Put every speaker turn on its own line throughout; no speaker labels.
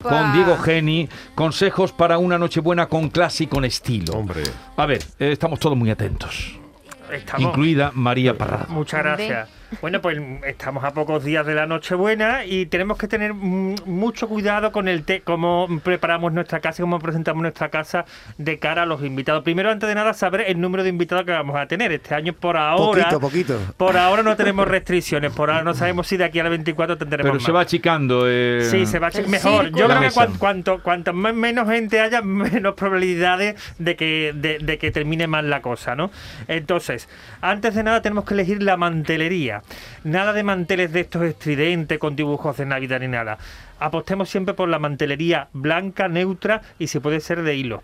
con Diego Geni, consejos para una Nochebuena con clase y con estilo.
Hombre.
A ver, eh, estamos todos muy atentos,
Estamos.
incluida María Parrado.
Muchas gracias. Bueno, pues estamos a pocos días de la Nochebuena y tenemos que tener mm, mucho cuidado con el té, cómo preparamos nuestra casa y cómo presentamos nuestra casa de cara a los invitados. Primero, antes de nada, saber el número de invitados que vamos a tener. Este año, por ahora.
Poquito, poquito.
Por ahora no tenemos restricciones. Por ahora no sabemos si de aquí al 24 tendremos.
Pero se va
más.
achicando. eh,
Sí, se va a
El
echar mejor.
círculo.
Yo
La
creo que
mesa.
cuan- cuanto, cuanto más- menos gente haya, menos probabilidades de que, de, de que termine mal la cosa, ¿no? Entonces, antes de nada tenemos que elegir la mantelería. Nada de manteles de estos estridentes con dibujos de Navidad ni nada. Apostemos siempre por la mantelería blanca, neutra y si puede ser de hilo.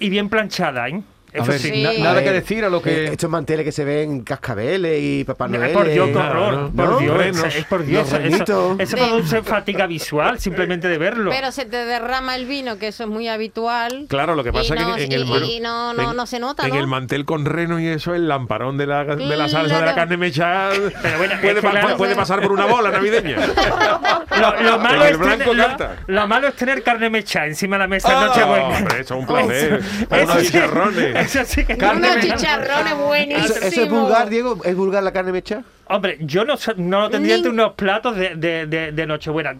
Y bien planchada, ¿eh?
A
Eso
ver,
sí.
na-
Sí.
nada
A
que
ver,
decir a lo que...
eh, Estos manteles que se ven cascabeles y papá
Ay,
noel.
por Dios, qué
eh,
horror,
¿no?
por Dios,
Renos,
es- es por Dios,
los
eso- eso,
renitos.
eso produce fatiga visual simplemente de verlo.
Pero se te derrama el vino, que eso es muy habitual.
Claro, lo que pasa
y
es
no,
que en
y-
el man-
y no, no,
en-
no se nota,
en
¿no?
el mantel con reno y eso, el lamparón de la, de la salsa de
Claro.
la carne mechada
Pero bueno, es
puede,
que
pa-
claro,
puede
bueno.
pasar por una bola navideña.
lo, lo malo
En el
es tener-
blanco
lo-
carta.
lo malo es tener carne mecha encima de la mesa en
Ah,
Nochebuena.
hombre, eso es un placer.
Eso-
Con unos
eso sí-
chicharrones.
Eso sí que es
Carne
Unos
carne mecha.
chicharrones buenísimos.
¿Eso, eso es vulgar, Diego? ¿Es vulgar la carne mecha?
Hombre, yo no, so- no lo tendría
Nin-
entre unos platos de, de- de- de Nochebuena.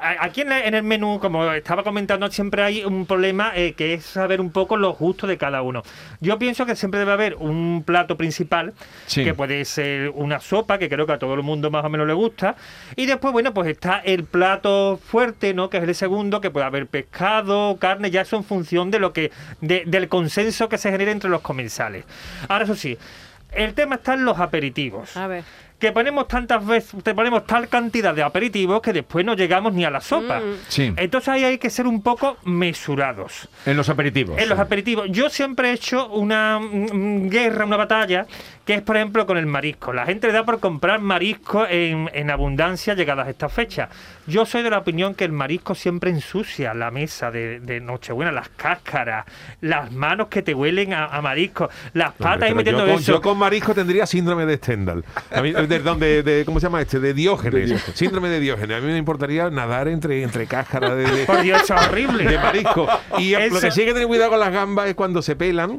A- Aquí en, la- en el menú, como estaba comentando, siempre hay un problema eh, que es saber un poco los gustos de cada uno. Yo pienso que siempre debe haber un plato principal,
Sí.
que puede ser una sopa, que creo que a todo el mundo más o menos le gusta. Y después, bueno, pues está el plato fuerte, ¿no? Que es el segundo, que puede haber pescado, carne, ya eso en función de lo que, de- del consenso que se genere entre los comensales. Ahora, eso sí. El tema está en los aperitivos
A ver.
que ponemos tantas veces, te ponemos tal cantidad de aperitivos que después no llegamos ni a la sopa.
Sí.
Entonces ahí hay que ser un poco mesurados.
En los
Pues
aperitivos.
En los aperitivos, yo siempre he hecho una mm, guerra, una batalla, que es por ejemplo con el marisco. La gente le da por comprar marisco en, en abundancia llegadas a estas fechas. Yo soy de la opinión que el marisco siempre ensucia la mesa de, de Nochebuena, las cáscaras, las manos que te huelen a, a marisco, las patas
Hombre,
ahí
pero
Ah, metiendo
yo, con,
eso.
yo con marisco tendría síndrome de Stendhal. A mí- de, donde- de- ¿Cómo se llama este? De Diógenes. síndrome de Diógenes. A mí me importaría nadar entre, entre cáscaras de, de-
Por Dios, eso es horrible.
de marisco. Y lo
Eso-
que sí hay que tener cuidado con las gambas es cuando se pelan.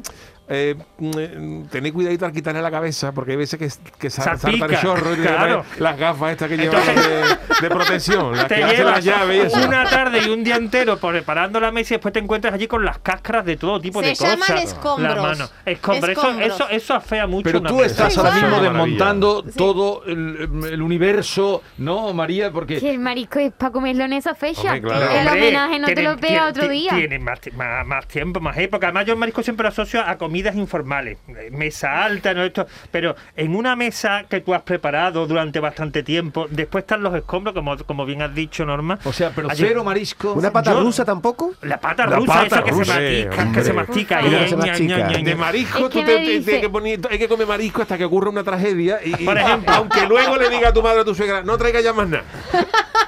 Eh, mm, tened cuidadito al quitarle la cabeza porque hay veces que, que sal-
Salpica,
salta el chorro y te
claro.
pones las gafas estas que llevan
Entonces-
de, de protección, las
te
que hacen las
llevas
llaves y eso.
una tarde y un día entero por preparando la mesa y después te encuentras allí con las cáscaras de todo tipo
Se
de cosas.
llaman escombros.
La mano. Escombros. Eso-
Escombros.
Eso, eso, afea mucho
Pero
una
tú
mesa.
estás ahora
Sí,
mismo
sí.
desmontando todo el, el universo, ¿no, María?
Que
Porque...
el marisco es para comerlo en esa fecha.
Hombre, claro.
El
Hombre,
homenaje no te
tienen-
lo pega
tien-
otro
ti-
día.
Tienen más, ti- más, más tiempo, más época. Además, yo el marisco siempre lo asocio a comidas informales. eh, Mesa alta, no esto. Pero en una mesa que tú has preparado durante bastante tiempo, después están los escombros, como, como bien has dicho, Norma.
O sea, pero
Ayer-
cero marisco.
¿Una pata
yo-
rusa tampoco?
La pata
La
rusa,
pata
eso que
rusa,
se mastica, que
hombre.
se mastica.
Mira, se
Ña, ña,
mastica.
ña, ña.
De marisco,
Es que
tú te,
me
te-
dice-
te- que poner- hay que comer marisco hasta que ocurra una tragedia. Y, y-
Por ejemplo.
aunque luego le diga a tu madre o a tu suegra, no traiga ya más nada.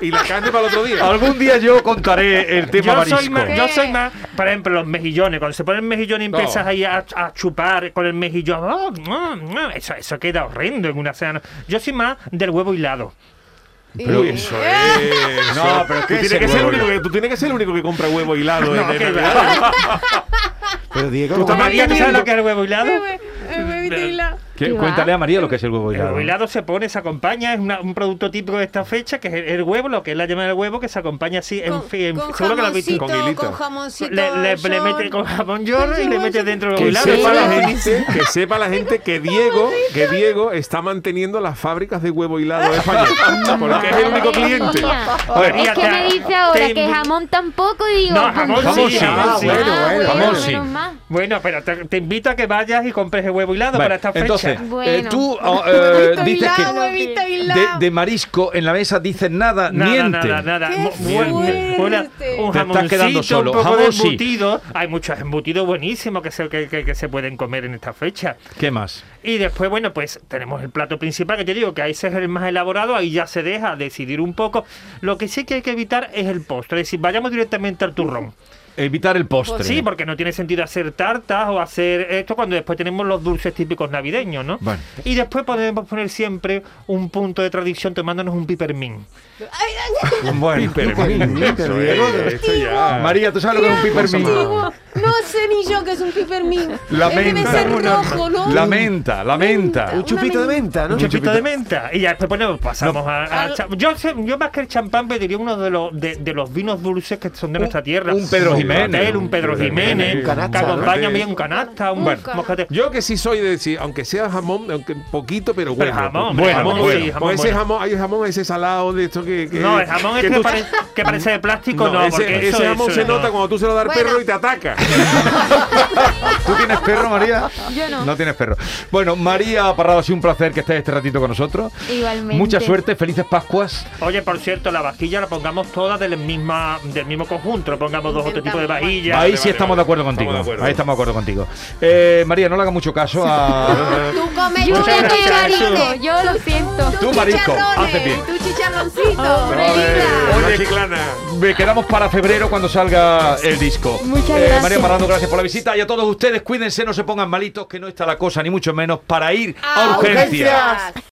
Y la carne para el otro día.
Algún día yo contaré el tema
Yo
marisco.
soy, más, yo
Sí.
soy más, por ejemplo, los mejillones. Cuando se pone el mejillón y
No.
empiezas ahí a, a chupar con el mejillón, ¡oh, mm, mm! eso, eso queda horrendo en una cena. Yo soy más del huevo hilado.
eh,
Uy, eso es.
No, pero ¿qué
tú
es
tienes, que
el
ser el
huevo?
único que, tú tienes que ser el único que compra huevo hilado.
Pues
en
No, que
Navidad.
va.
Pero Diego,
¿Tú,
¿cómo-
María, ¿tú sabes lo que es el huevo hilado?
eh,
Que-
¿Qué va?
Cuéntale a María lo que es el huevo
El
hilado.
huevo hilado se pone, se acompaña, es una- un producto típico de esta fecha, que es el, el huevo, lo que es la llama del huevo, que se acompaña así, en
Con,
fin, en-
con
seguro que lo has visto.
jamoncito,
Con hilito.
con jamoncito.
Le, le- le
york.
mete con jamón york y le
Con
mete
jamón
dentro el huevo
Que
hilado.
sepa, la
Eso-
gente, que sepa la gente que Diego, que Diego está manteniendo las fábricas de huevo hilado de España. Porque es el único
Madre
cliente.
mía.
A ver,
Es
ya
que
te-
me dice
te
ahora que
invi-
jamón tampoco y digo.
No, jamón
pues,
sí, jamón
ah,
sí.
Bueno,
ah,
bueno.
Jamón sí.
menos mal.
Bueno, pero te, te invito a que vayas y compres el huevo hilado
Vale,
para esta fecha.
Entonces, eh,
Bueno.
tú oh, eh,
Huevito
dices que
hilado, huevito
de,
hilado.
de marisco en la mesa dices nada,
Nada,
miente.
nada, nada.
¡Qué
Mu- buen-
fuerte!
buena- un
Te estás
jamoncito,
quedando solo.
un poco de
Jamón sí.
embutido. Hay muchos embutidos buenísimos que se, que, que- que se pueden comer en esta fecha.
¿Qué más?
Y después, bueno, pues tenemos el plato principal, que te digo que ahí ese es el más elaborado, ahí ya se deja decidir un poco. Lo que sí que hay que evitar es el postre, es decir, vayamos directamente al turrón.
Evitar el postre.
Sí, porque no tiene sentido hacer tartas o hacer esto cuando después tenemos los dulces típicos navideños, ¿no?
Bueno.
Y después podemos poner siempre un punto de tradición tomándonos un pipermín.
Bueno.
Pipermín,
Pipermín,
eso
Diego,
es,
de-
esto ya.
Ah, María, ¿tú sabes lo que es un pipermín?
Antiguo. No sé ni yo qué es un pipermín. Debe
Lamenta.
ser rojo, ¿no?
La menta, la menta.
Un chupito de menta, ¿no?
Un chupito de menta. Y ya después ponemos- pasamos a, a
Al-
cha- yo, sé- yo más que el champán pediría uno de los de, de los vinos dulces que son de nuestra tierra.
un Pedro
Un
Jiménez.
moscatel, un Pedro Jiménez.
Un canasta,
que
¿no?
acompaña bien un canasta, un
Bueno.
moscatel.
Yo que sí soy de decir, aunque sea jamón, aunque poquito, pero bueno.
Pero jamón,
Bueno,
jamón,
bueno.
sí, jamón,
Pues ese
bueno.
jamón, hay jamón ese salado de esto que. que-
No, el jamón es que,
eh, tú-
pare- que parece de plástico, no, porque
ese,
eso,
ese jamón
eso
se
no.
nota cuando tú se lo das al
Bueno.
perro y te ataca.
Ah, ¿Tú tienes perro, María?
Yo no.
No tienes perro. Bueno, María Parrado, ha sido un placer que estés este ratito con nosotros.
Igualmente.
Mucha suerte, felices Pascuas.
Oye, por cierto, la vajilla la pongamos todas del, misma, del mismo conjunto, no pongamos dos otros tipos de
Intentamos,
vajillas.
Ahí
vale,
sí
vale,
estamos
vale.
de acuerdo contigo.
Estamos de acuerdo.
Ahí estamos de acuerdo contigo. Eh, María, no le hagas mucho caso a.
Tú comes
Yo
tus
Muchas
me
gracias,
marisco,
chicharrones.
yo lo siento.
Tú, marisco,
chicharrones,
haces bien.
Tu chicharroncito.
Vale,
Linda.
una chiclana.
Me quedamos para febrero cuando salga el disco. Eh,
Muchas gracias.
María Parrado, gracias por la visita. Y a
Ah,
todos ustedes, cuídense, no se pongan malitos, que no está la cosa, ni mucho menos, para ir a,
A
urgencias.
urgencias.